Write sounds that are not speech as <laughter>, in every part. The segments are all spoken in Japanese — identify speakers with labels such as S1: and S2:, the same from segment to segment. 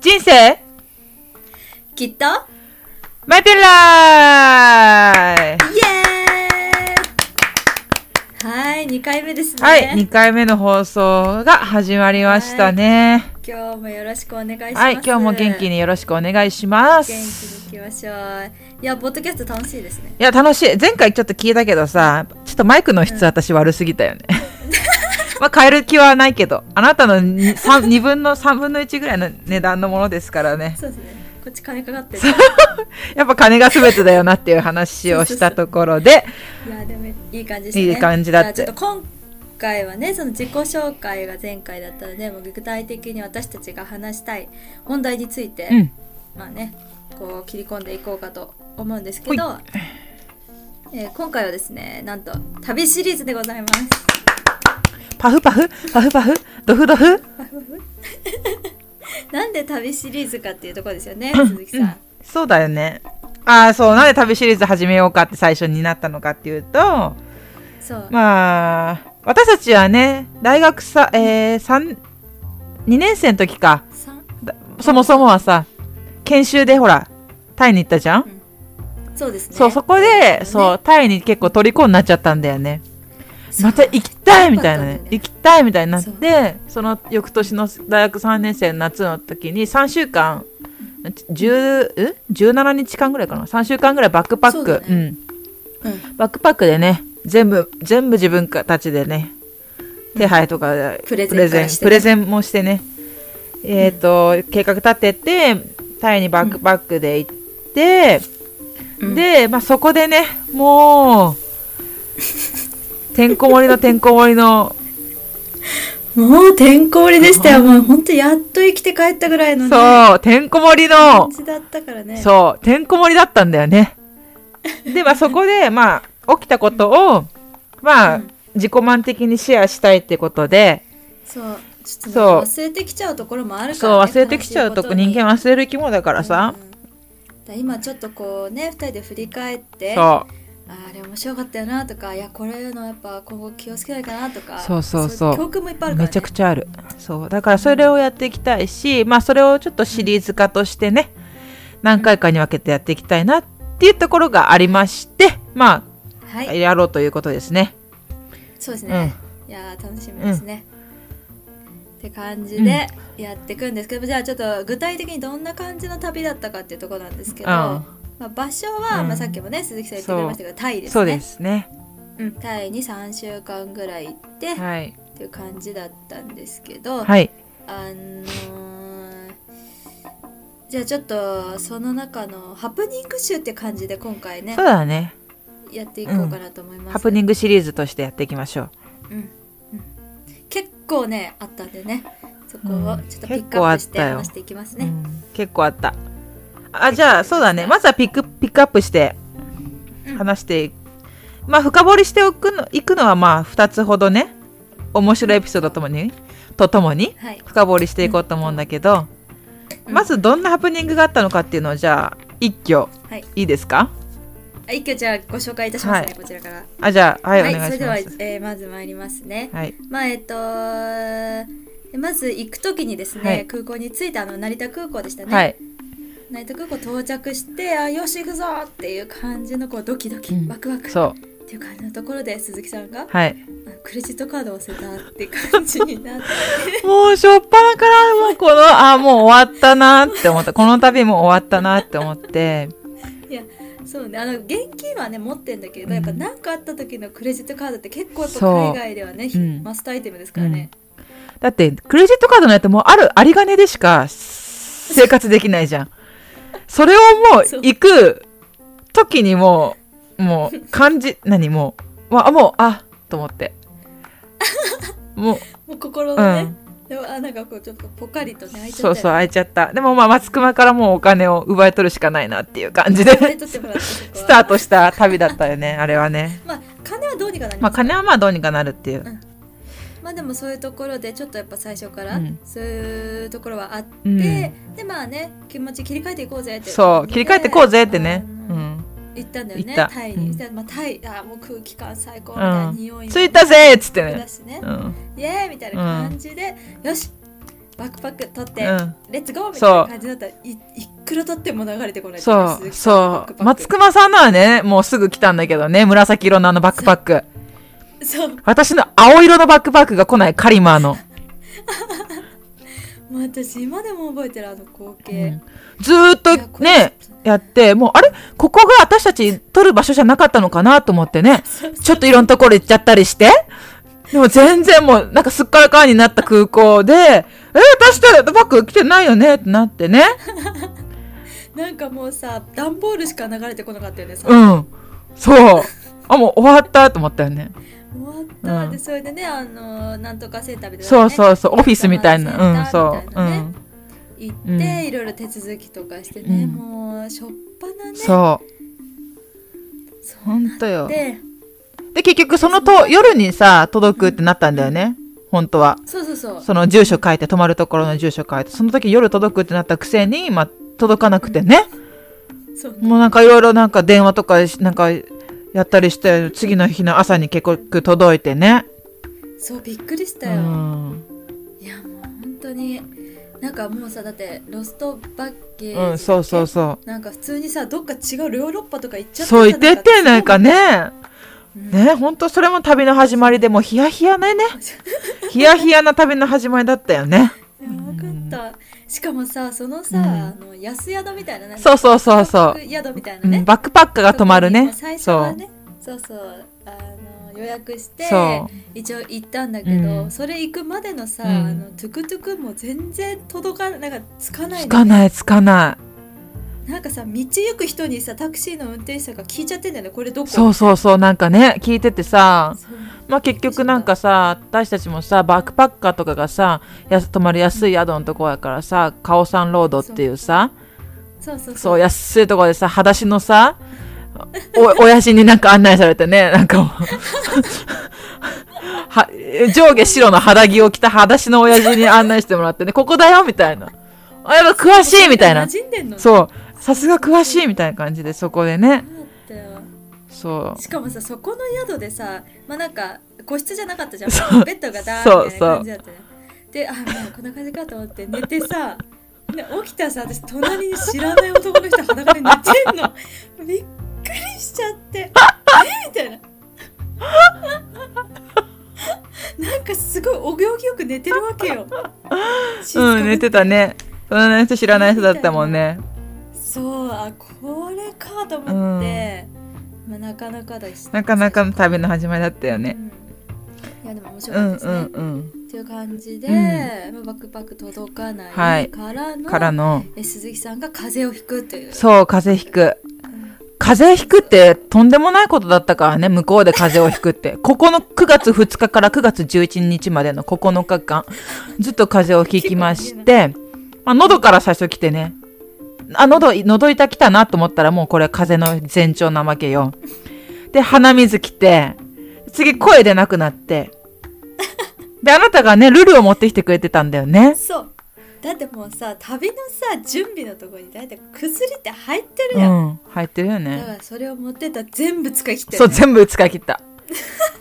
S1: 人生
S2: きっとイ
S1: マイペンライ
S2: エーイはい2回目ですね、
S1: はい、2回目の放送が始まりましたね。
S2: 今日もよろしくお願いします
S1: はい、今日も元気
S2: に
S1: によろしくお願いしま
S2: 元気に
S1: す。
S2: いきましょういやポッドキャスト楽しいですね
S1: いや、楽しい。前回ちょっと聞いたけどさ、ちょっとマイクの質私悪すぎたよね。 <laughs> まあ、変える気はないけど、あなたの2
S2: <laughs>
S1: 分の3分の1ぐらいの値段のものですからね。
S2: そうですねこっち金かかってる
S1: やっぱ金が全てだよなっていう話をしたところで、
S2: いやでもいい感じでしたね
S1: いい感じだって
S2: じゃあちょっと今回はねその自己紹介が前回だったのでもう具体的に私たちが話したい本題について、
S1: うん、
S2: まあねこう切り込んでいこうかと思うんですけど、えー今回はですねなんと旅シリーズでございます <laughs>
S1: パフパフ、パフパフ、ドフドフ。
S2: なんで旅シリーズかっていうところですよね鈴木さん、
S1: そうだよね。ああ、そう、なんで旅シリーズ始めようかって最初になったのかっていうと、
S2: そう、
S1: まあ、私たちはね、大学さ、えー、3、2年生の時か、
S2: さん
S1: だそもそもはさ、研修でほら、タイに行ったじゃん、
S2: そうですね
S1: そう、そこで、そう、タイに結構虜になっちゃったんだよね。
S2: そう
S1: また行きたいみたいなね
S2: <laughs> そう
S1: 行きたいみたいになってその翌年の大学3年生の夏の時に3週間10ん17日間ぐらいかな3週間ぐらいバックパッ
S2: そう
S1: ク
S2: だね
S1: うん、バックパックでね全部全部自分たちでね手配とかで
S2: プレゼン
S1: プレ
S2: か
S1: ゼ
S2: ら
S1: ン
S2: してね
S1: プレゼンもしてねえっ、と、計画立ててタイにバックパックで行って、
S2: うん
S1: で、まあ、そこでね、もう、てんこ盛りのてんこ盛りの、
S2: もうてんこ盛りでしたよもう本当やっと生きて帰ったぐらいのね
S1: そう、てんこ盛りの
S2: 感、じだったからね
S1: そう、てんこ盛りだったんだよね。で、まあ、そこで、まあ、起きたことを、まあ
S2: うん、
S1: 自己満的にシェアしたいってことで、
S2: そうちょっとね
S1: そう
S2: 忘れてきちゃうところもあるか
S1: そう、
S2: ら、ね、
S1: 忘れてきちゃうと
S2: 悲しいこ
S1: 人
S2: に
S1: 間忘れる生き物だからさ、
S2: うんだ今ちょっとこうね2人で振り返って
S1: そ
S2: あ
S1: う、
S2: ーあれ面白かったよなとかいやこれのやっぱ今後気をつけないかなとか
S1: そうそうそう
S2: い教訓もいっぱいあるか
S1: め
S2: ら、ね、
S1: ちゃくちゃあるそうだからそれをやっていきたいし、まあそれをちょっとシリーズ化としてね何回かに分けてやっていきたいなっていうところがありましてま
S2: は
S1: あ
S2: い
S1: やろうということですね、
S2: そうですね、いやー楽しみですね、って感じでやっていくんですけど、じゃあちょっと具体的にどんな感じの旅だったかっていうところなんですけど、
S1: うん
S2: まあ、場所は、
S1: うん
S2: まあ、さっきもね鈴木さん言ってくれましたけどタイですね
S1: そうですね
S2: うんタイに3週間ぐらい行って、
S1: はい
S2: っていう感じだったんですけど、
S1: はい
S2: あのーじゃあちょっとその中のハプニング集って感じで今回ね
S1: そうだね
S2: やっていこうかなと思います、
S1: ハプニングシリーズとしてやっていきましょう
S2: うんうん結構ねあったんでねそこ
S1: う
S2: を
S1: ん
S2: ちょっとピックアップし
S1: 結
S2: て
S1: 構あったよ
S2: 話していきます
S1: う
S2: ね、
S1: ん、結構あったあじゃあそうだねまずはピックピックアップして
S2: うん
S1: 話していく、まあ深掘りしておくのいくのはまあ2つほどね面白いエピソードともにとともに
S2: はい
S1: 深掘りしていこうと思うんだけど、
S2: うん
S1: まずどんなハプニングがあったのかっていうのをじゃあ一挙
S2: はい
S1: いいですか
S2: あ一挙じゃあご紹介いたしますね、
S1: はい
S2: こちらから
S1: あじゃあはい、
S2: はい
S1: お願い
S2: それ
S1: し
S2: で
S1: ま
S2: は、え
S1: す
S2: ーまず参りますね
S1: はい
S2: まあえっとまず行く時にですね、
S1: はい
S2: 空港に着いたあの成田空港でしたね、
S1: はい
S2: 成田空港到着してあよし行くぞっていう感じのこうドキドキ
S1: うん
S2: ワクワクっ
S1: そう
S2: ていう感じのところで鈴木さんが
S1: はい
S2: あクレジットカードを忘れたっていう感じに
S1: <laughs>
S2: なって
S1: もうしょっぱなからもうこのあもう終わったなって思ったこの旅も終わったなって思って
S2: そうねあの現金はね持ってんだけど、
S1: うん
S2: やっぱ何かあった時のクレジットカードって結構やっぱ
S1: そう
S2: 海外ではね、
S1: うん
S2: マストアイテムですからね、
S1: だってクレジットカードなんてもうある有り金でしか生活できないじゃんそれをもう
S2: <laughs> そう
S1: 行く時にもうもう感じ <laughs> 何もう、まあもうあと思
S2: <laughs>
S1: ってもう
S2: もう心
S1: う
S2: のね
S1: ん、
S2: でもあなんかこうちょっとポカリとね開いち
S1: そ
S2: ゃ
S1: う
S2: った
S1: そう
S2: よ
S1: 開いちゃったでもまあ松熊からもうお金を奪い取るしかないなっていう感じで
S2: ね取ってもらってそこは
S1: <laughs> スタートした旅だったよ
S2: <laughs>
S1: ねあれはね
S2: まあ金はどうにかなり
S1: ま
S2: ま
S1: あ
S2: すから
S1: 金はまあどうにかなるっていう、
S2: まあでもそういうところでちょっとやっぱ最初から
S1: うん
S2: そういうところはあって、
S1: うん
S2: でまあね気持ち切り替えていこうぜって
S1: そう切り替えてこうぜってね、
S2: あ
S1: う
S2: の
S1: ん、
S2: 行ったんだよね
S1: 行った
S2: タイ
S1: うん
S2: に、でまあ、タイあもう空気感最高みたいな
S1: うん
S2: 匂いも
S1: 着いたぜっつってね
S2: だしね
S1: う、ん
S2: イエーイみたいな感じで、よしバックパック取って、
S1: うん
S2: レッツゴーみたい
S1: そう
S2: な感じだったらいいくら取っても流れてこない
S1: そう、
S2: バッ
S1: そう。
S2: クパック
S1: 松隈さんのはね、もうすぐ来たんだけどね、紫色のあのバックパック。
S2: そう
S1: 私の青色のバックパックが来ない、カリマーの。
S2: もう私今でも覚えてるあの光景、
S1: ずーっと
S2: いやこれ
S1: ね、やって、もう、あれここが私たち撮る場所じゃなかったのかなと思ってね、ちょっといろんなところ行っちゃったりして、でも全然もう、なんかすっからかんになった空港で、え、私たちバッグ来てないよねってなってね。
S2: なんかもうさ段ボールしか流れてこなかったよね、さ
S1: うん。そう。あ、もう終わったと思ったよね。
S2: 終わった、
S1: うん
S2: でそれでねあのなんとかセンターみたいな
S1: そ
S2: の
S1: う
S2: ね、
S1: そうそう、オフィスみたいな。うん、
S2: センタ
S1: そ
S2: ーみ
S1: う。
S2: た
S1: う
S2: いなね
S1: ん。
S2: 行って、
S1: うん
S2: いろいろ手続きとかしてね、
S1: うん
S2: もうしょっぱなね
S1: そう。
S2: そう
S1: ほんとよ。
S2: で
S1: で、結局そのと夜にさ、届くってなったんだよね。本当は。
S2: そうそうそう
S1: その住所書いて、泊まるところの住所書いて、その時夜届くってなったくせに、まあ、届かなくてね。
S2: そう
S1: もうなんかいろいろなんか電話とかし、なんかやったりして、次の日の朝に結局届いてね。
S2: そうびっくりし
S1: う
S2: たよ、
S1: ん。
S2: いやもう本当になんかもうさだってロストバッケージ
S1: うん、そうそうそう。
S2: なんか普通にさどっか違うヨーロッパとか行っちゃった
S1: そう言ってってなんかね。
S2: うん
S1: ね、ほんとそれも旅の始まりでもうヒヤヒヤな
S2: <laughs>
S1: ね。ヒヤヒヤな旅の始まりだったよね。
S2: やばかったしかもさそのさ、
S1: うん
S2: あの安宿みたいななんか
S1: そうそうそうそ。
S2: バック宿みたいうなね、
S1: うん、バックパッカーが泊まる
S2: そこにも
S1: ね
S2: う。最初
S1: そ
S2: は
S1: う。
S2: ねそうそうあの予約して
S1: そ
S2: 一応行ったんだけど、
S1: うん
S2: それ行くまでのさ、
S1: うん
S2: あのトゥクトゥクも全然届かないなんかつかない
S1: つ
S2: の
S1: かないつかな
S2: なんかさ道行く人にさタクシーの運転手さんが聞いちゃってんだよねこれどこ
S1: い。そうそうそう、なんかね、聞いててさ。
S2: そう
S1: まあ結局なんかさ、私たちもさ、バックパッカーとかがさ、やす泊まる安い宿のとこやからさ、カオサンロードっていうさ、
S2: そうそう
S1: そう、安いとこでさ、裸足のさ、お、 <laughs> 親父になんか案内されてね、なんかもう <laughs> は、上下白の肌着を着た裸足の親父に案内してもらってね、ここだよみたいな。あ、やっぱ詳しいみたいな
S2: 馴。染んでんのう
S1: そう、さすが詳しいみたいな感じで、そこでね、そ
S2: しかもさそこの宿でさまあなんか個室じゃなかったじゃ
S1: そうん
S2: ベッドがダー
S1: そう
S2: みたいな
S1: そう
S2: 感じだったねであもうこんな感じかと思って寝てさで起きたらさ私隣に知らない男の人裸で寝てんのびっくりしちゃってえみたいななんかすごいお行儀よく寝てるわけよ
S1: う。うん、寝てたね。そんな人知らない人だったもんね。
S2: そうあこれかと思って、まあ、なかなかだし
S1: なかなかの旅の始まりだったよね。
S2: うんいやでも面白
S1: う
S2: かった
S1: ん
S2: です
S1: う
S2: ね。
S1: んうん。
S2: っていう感じで、
S1: うん
S2: まあバックパック届かな
S1: はいい
S2: からの,、
S1: からの、
S2: え鈴木さんが風邪をひくという。
S1: そう、風邪ひく。風邪ひくってとんでもないことだったからね、向こうで風邪をひくって。ここの9月2日から9月11日までの9日間、ずっと風邪をひきまして、まあ、喉から最初来てね、あ、喉、喉痛来たなと思ったらもうこれ風邪の前兆なわけよ。で、鼻水来て、次声出なくなって、で、あなたがね、ルルを持ってきてくれてたんだよね。
S2: そうだってもうさ旅のさ準備のところに大体薬って入ってる
S1: う
S2: やん。
S1: ん、入ってるよ
S2: だか
S1: ね。
S2: らそれを持ってったら全部使い切って
S1: そう、
S2: る、
S1: 全部使い切った。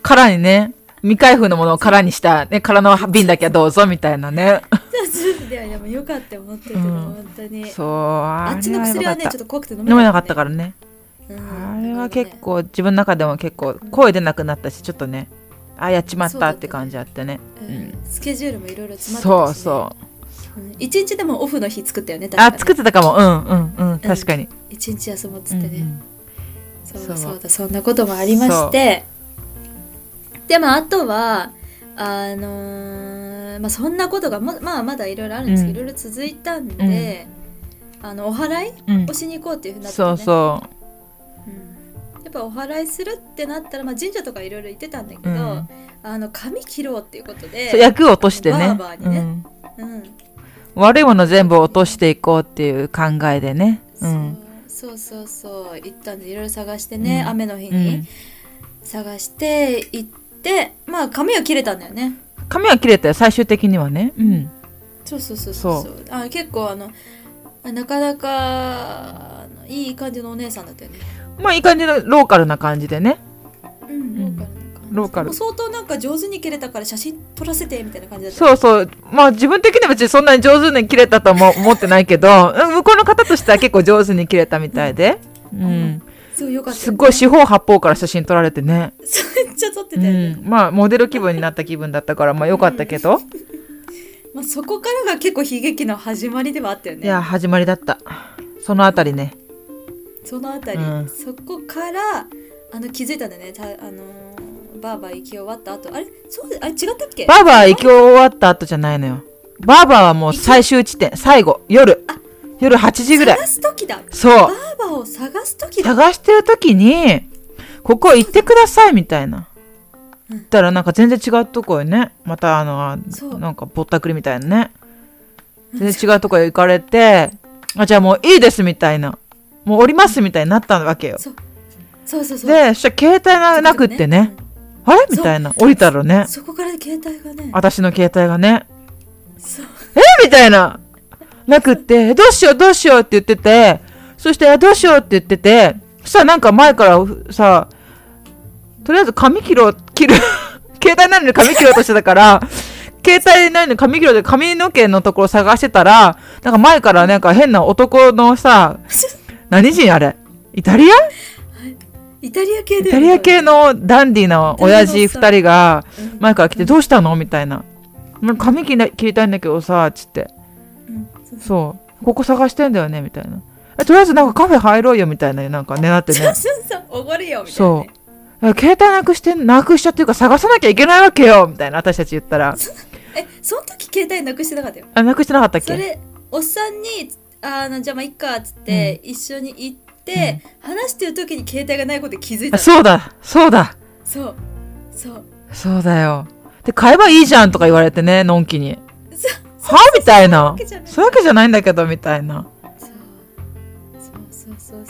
S1: 空にね、未開封のものを空にした、ね、空の瓶だけはどうぞみたいなね。
S2: そうそういやいやもうよかったよ持ってて、
S1: うん
S2: 本当に
S1: そう、あ
S2: あっちの薬はねちょっ
S1: と
S2: と怖くて飲め
S1: 飲めなかった
S2: か
S1: からね。
S2: ら、うん
S1: あれは
S2: だ
S1: 結
S2: か
S1: 構、自分の中でも結構、声出なくなったし、ちょっとね、あ、やっちまっ
S2: そうだ
S1: たっ
S2: っ
S1: たて感じあってね。
S2: らねうんスケジュールもいろいろ詰まってたしね、
S1: そうそう。
S2: うん一日でもオフの日作ったよね。
S1: あ、
S2: 確か
S1: 作
S2: ね
S1: ってたかも。うんうんうん。確かに。
S2: 一日休もうっつってね。
S1: うん
S2: そう
S1: そ
S2: だ
S1: う
S2: そうだそんなこともありまして。でもあとはあのーまあそんなことがままあまだいろいろあるんですけど、いろいろ続いたんで、あのお祓い
S1: うん
S2: をしに行こうっていうふうになって、ね
S1: そうそう。
S2: うんやっぱお祓いするってなったら、まあ、神社とかいろいろ行ってたんだけど、
S1: うん
S2: あの髪切ろうっていうことで
S1: そう役を落としてね
S2: バーバーにね
S1: うん
S2: うん
S1: 悪いもの全部落としていこうっていう考えでね。うん。
S2: そうそうそうそう行ったんでいろいろ探してね、
S1: うん
S2: 雨の日
S1: う
S2: に
S1: ん
S2: 探して行ってまあ髪は切れたんだよね
S1: 髪は切れたよ最終的にはねうん
S2: そうそうそうそうそうあ結構あのあなかなかあのいい感じのお姉さんだったよね
S1: まあいい感じのローカルな感じでね
S2: うん
S1: うんロ
S2: ローカルな感
S1: ーカ
S2: も
S1: ル
S2: う相当なんか上手に切れたから写真撮らせてみたいな感じだった
S1: そうそうまあ自分的には別にそんなに上手に切れたとも <laughs> 思ってないけどうん向こうの方としては結構上手に切れたみたいで、うん、
S2: すごいよかった
S1: すっごい四方八方から写真撮られてね、
S2: めっちゃ撮って
S1: う
S2: たよね、
S1: ん、まあモデル気分になった気分だったからまあ良かったけ <laughs> ど、
S2: まあ、そこからが結構悲劇の始まりではあったよ
S1: い
S2: ね
S1: や始まりだったそのあたりね
S2: そのあたり、
S1: うん
S2: そこからあの気づいたんだよねたあのーバーバー行き終わった後あれそうだあれ違ったっけ
S1: バーバー行き終わった後じゃないのよバーバーはもう最終地点最後夜夜8時ぐらい
S2: 探す時だ
S1: そう
S2: バーバーを探す時だ
S1: 探してる時にここ行ってくださいみたいな
S2: うん
S1: 言ったらなんか全然違うとこへねまたあのあ
S2: そう
S1: なんかぼったくりみたいなね全然違うとこへ行かれてあじゃあもういいですみたいなもう降りますみたいになったわけよ
S2: そうそうそうそう
S1: でそしたら携帯がなくってね、あれみたいな降りたら
S2: う
S1: ね
S2: んそこから携帯がね
S1: 私の携帯がね
S2: そう
S1: えみたいな。なくって、どうしようどうしようって言ってて、そして、あどうしようって言ってて、そしたらなんか前からふさ、とりあえず髪切ろう、切る。 <laughs> 携帯ないのに髪切ろうとしてたから、携帯ないのに髪切ろうで髪の毛のところ探してたら、なんか前からなんか変な男のさ、何人あれイタリア
S2: <laughs> イタリア系
S1: イ
S2: で
S1: タリア系のダンディーな親父二人が
S2: うん
S1: 前から来て、どうしたのみたいな。髪切り切りたいんだけどさ、つって。
S2: うんそう
S1: そう。ここ探してんだよね、みたいな。え、とりあえずなんかカフェ入ろうよ、みたいな、なんかね、なって
S2: そう
S1: ね。
S2: そう <laughs> そうおごるよみたいな
S1: そ
S2: ね
S1: う。え携帯なくして、なくしちゃっていうか探さなきゃいけないわけよ、みたいな、私たち言ったら。
S2: えその時携帯なくしてなかったよ
S1: あ、なくしてなかったっ
S2: そ
S1: け
S2: れおっさんに「あのじゃあまあいっか」っつって、一緒に行って、話してる時に携帯がないことに気づいた
S1: あ
S2: のそう
S1: そうだ、そうだ、
S2: そうそう
S1: そうだよ。で、買えばいいじゃんとか言われてね、のんきに。
S2: そう
S1: はみたいな
S2: わけじゃ。ない
S1: そういうわけじゃないんだけど、みたいな。
S2: そうそう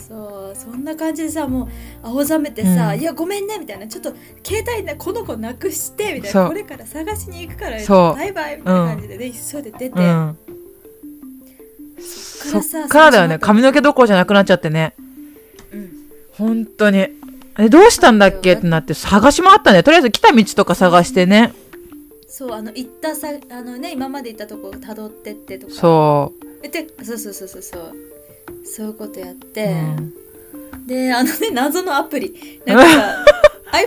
S2: そうそんな感じでさもう青ざめてさ「
S1: うん
S2: いやごめんね」みたいなちょっと携帯なこの子なくしてみたい
S1: そう
S2: なこれから探しに行くから
S1: そう
S2: バイバイみたいな感じでね、急いで出て、
S1: うん。
S2: っか
S1: そ
S2: らさ
S1: っからだよ
S2: その
S1: ね。
S2: 後
S1: 髪の毛どころじゃなくなっちゃってね。
S2: うん
S1: 本当に。え、どうしたんだっけってなって探し回ったね。とりあえず来た道とか探してね。
S2: そうあの行ったさあのね今まで行ったとこをたどってってとか
S1: そ
S2: でそうそうそうそうそうそういうことやっ
S1: う。
S2: て、
S1: うん
S2: であのね謎のアプリ
S1: <laughs>
S2: なんか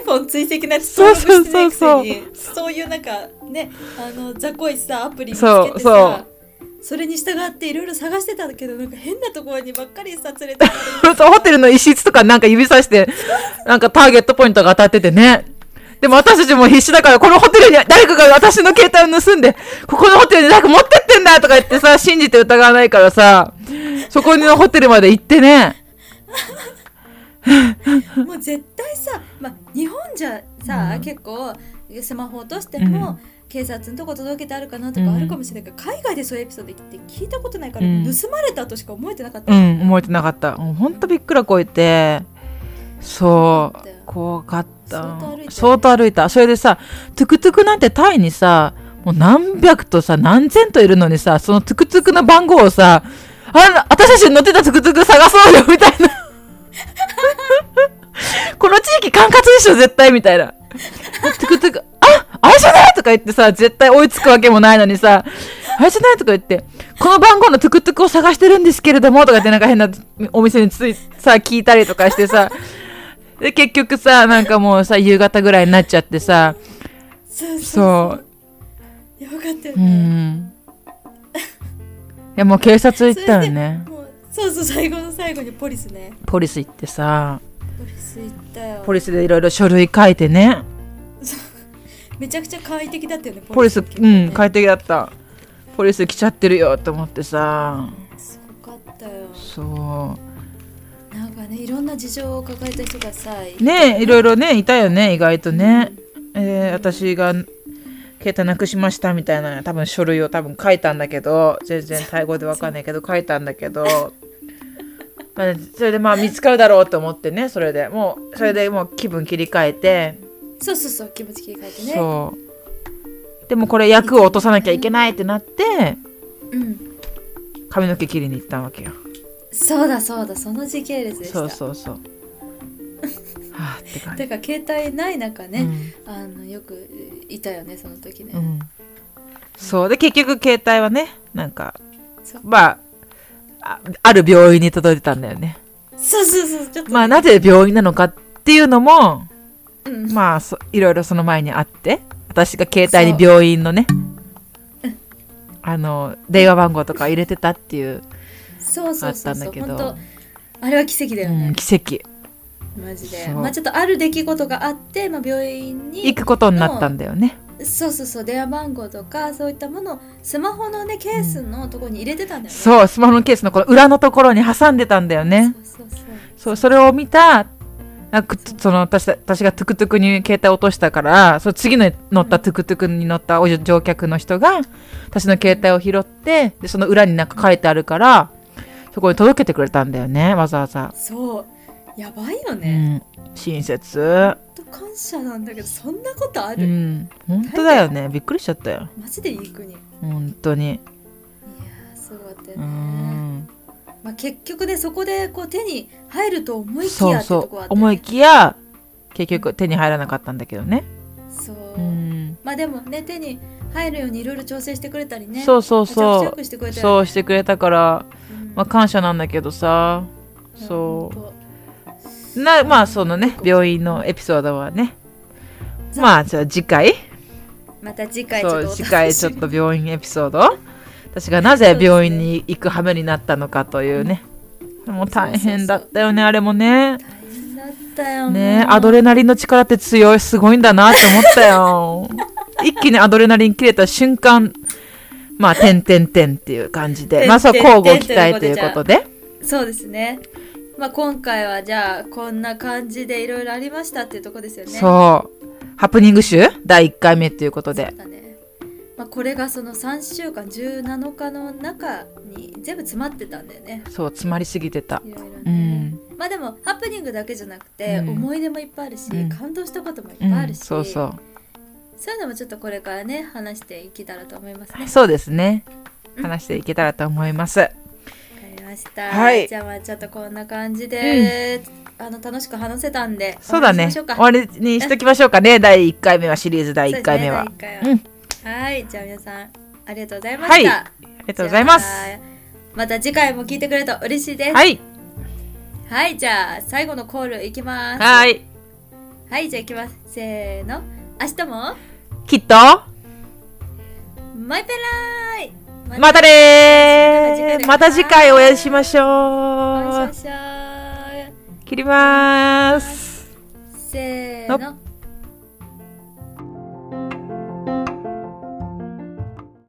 S2: iPhone 追跡なやつ
S1: そう
S2: 登
S1: そう
S2: 録して
S1: そ
S2: な
S1: う
S2: い
S1: そう
S2: くせにそういうなんかねあの雑魚いさアプリ見つけて
S1: そう
S2: さ
S1: そう
S2: それに従っていろいろ探してたんだけどなんか変なところにばっかりさ連れてかれて
S1: <laughs> そうホテルの一室とかなんか指さして、なんかターゲットポイントが当たっててね。でも私たちも必死だから、このホテルに誰かが私の携帯を盗んで、ここのホテルに誰か持ってってんだとか言ってさ、信じて疑わないからさ、そこのホテルまで行ってね。
S2: もう絶対さ、まあ、日本じゃさ、
S1: うん
S2: 結構スマホ落としても、
S1: うん
S2: 警察のとこ届けてあるかなと
S1: うん
S2: かあるかもしれないけど、海外でそういうエピソードって聞いたことないから、
S1: うん
S2: 盗まれたとしか思えてなかった
S1: う、ん、思えてなかった。もうほんとびっくらこいて。そ
S2: 怖かったよ
S1: う、怖かった
S2: 相当歩い
S1: 相
S2: たよね。
S1: 当歩いた。それでさ、トゥクトゥクなんてタイにさ、もう何百とさ、何千といるのにさ、そのトゥクトゥクの番号をさ、あら、私たちに乗ってたトゥクトゥク探そうよ、みたいな。 <laughs> この地域管轄でしょ、絶対、みたいな。トゥクトゥク、ああれじゃないとか言ってさ、絶対追いつくわけもないのにさ、あれじゃないとか言って、この番号のトゥクトゥクを探してるんですけれども、とか言ってなんか変なお店についさ、聞いたりとかしてさ、で、結局さ、なんかもうさ、夕方ぐらいになっちゃってさ、
S2: そう
S1: そ
S2: やばかったよ
S1: う、う
S2: ね、
S1: ん。いや、もう警察行ったよね。
S2: もうそうそう最後の最後にポリスね
S1: ポリス行ってさ、
S2: ポリス行ったよ
S1: ポリスでいろいろ書類書いてね。
S2: めちゃくちゃ快適だったよね
S1: ポリス、
S2: の時
S1: うん、
S2: ね
S1: 快適だった。ポリス来ちゃってるよ、と思ってさ、
S2: すごかったよ
S1: そう。
S2: なんかねいろんな事情を抱えた人がさ
S1: ねえいろいろねいたよね意外とね、えー私が携帯なくしましたみたいな多分書類を多分書いたんだけど全然タイ語でわかんないけど書いたんだけどまあそれでまあ見つかるだろうと思ってねそれでもうそれでもう気分切り替えて、
S2: そうそうそう気持ち切り替えてね
S1: そうでもこれ役を落とさなきゃいけないってなって
S2: うん、
S1: 髪の毛切りに行ったわけよ
S2: <laughs> そうだそうだその時系列でした
S1: そうそうそうはあって感じ
S2: だから携帯ない中
S1: う
S2: ね、
S1: ん
S2: あのよくいたよねその時ね、
S1: うんそうで結局携帯はねなんか
S2: そう
S1: まああある病院に届いてたんだよね
S2: そうそうそうちょっと、
S1: まあなぜ病院なのかっていうのも
S2: うん
S1: まあそいろいろその前にあって私が携帯に病院のねあの電話番号とか入れてたっていう
S2: そうそ
S1: あ
S2: う
S1: っ
S2: そ
S1: た
S2: うんそ
S1: だ
S2: う
S1: け
S2: 本
S1: ど
S2: 当あれは奇跡だよ
S1: う
S2: ね
S1: ん、奇跡
S2: マジで
S1: そう
S2: まあちょっとある出来事があって、まあ、病院に
S1: 行くことになったんだよね
S2: そうそうそう電話番号とかそういったものをスマホのねケースのところに入れてたんだよね、
S1: そうスマホのケースのこの裏のところに挟んでたんだよね
S2: そうそうそう
S1: そうそれを見たあくその私た私がトゥクトゥクに携帯落としたからそう次の乗ったトゥクトゥクに乗ったおじ乗客の人が私の携帯を拾ってでその裏になんか書いてあるからそこに届けてくれたんだよねわざわざ、
S2: そうやばいよ
S1: う
S2: ね、
S1: ん、親切
S2: ほんと感謝なんだけどそんなことあ
S1: う
S2: る、
S1: ん本当だよねびっくりしちゃったよ
S2: マジでいい国いや
S1: 本当に
S2: ーすごかったよ
S1: う
S2: ね、
S1: ん
S2: まあ、結局ねそこでこう手に入ると思いき
S1: そ
S2: や
S1: う
S2: ってと
S1: そ
S2: こ
S1: う
S2: はあったよ
S1: 思
S2: ね
S1: いきや結局手に入らなかったんだけどね
S2: そう、
S1: うん
S2: まあでもね手に入るようにいろいろ調整してくれたりね
S1: そうそう
S2: めちゃくちゃ
S1: そ
S2: よ
S1: う
S2: くしてくれたよ
S1: そうしてくれたから
S2: ね
S1: まあ、感謝なんだけどさそ
S2: うんほんと
S1: うなまあそのね病院のエピソードはねまあじゃあ次回
S2: また次回ちょ
S1: そう
S2: っとお楽しみ
S1: 次回ちょっと病院エピソー <laughs> ド私がなぜ病院に行く羽目になったのかというねもう大変だったよねあれもね
S2: 大変だったよ
S1: ね
S2: もう
S1: アドレナリンの力って強いすごいんだなって思った <laughs> よ一気にアドレナリン切れた瞬間まあ点点点っていう感じでまあそう交互期待ということで
S2: そうですね。まあ今回はじゃあこんな感じでいろいろありましたっていうとこですよね。う
S1: そう。ハプニング集第1回目ということで。
S2: だね。まあこれがその3週間17日の中に全部詰まってたんだよね。
S1: そう、詰まりすぎてた。
S2: いろいろ
S1: う
S2: ね。
S1: ん。
S2: まあでもハプニングだけじゃなくて
S1: うん
S2: 思い出もいっぱいあるし、
S1: うん
S2: 感動したこともいっ
S1: う
S2: ぱいある
S1: ん、
S2: し、
S1: そうそ
S2: そういうのもちょっとこれからね話していけたらと思いますね。
S1: う。そうですね。
S2: うん
S1: 話していけたらと思います。
S2: わかりました。
S1: はい
S2: じゃあまあちょっとこんな感じで、あの楽しく話せたんで
S1: そうだ
S2: お話
S1: ね。
S2: ししましょうか
S1: 終わりにしときましょうか
S2: <laughs>
S1: ね。第1回目はシリーズ第1回目は。
S2: そうですね第一回
S1: う
S2: は
S1: ん。
S2: はい、じゃあ皆さんありがとうございました。
S1: はい。ありがとうございます。
S2: じゃあ。また次回も聞いてくれると嬉しいです。、
S1: はいい。
S2: はい、じゃあ最後のコールいきます。、
S1: はいい。
S2: はい、じゃあいきます。せーの、明日も
S1: きっと、
S2: マイペラーイ。ま
S1: またねー。ま
S2: ま
S1: た
S2: た
S1: 次
S2: 次
S1: 回
S2: 回
S1: お
S2: お
S1: 会
S2: 会
S1: い
S2: い
S1: し
S2: し
S1: ま
S2: ま
S1: し
S2: お
S1: ょ
S2: 会
S1: う
S2: い。しましょう。
S1: 切りまーす。
S2: せーの、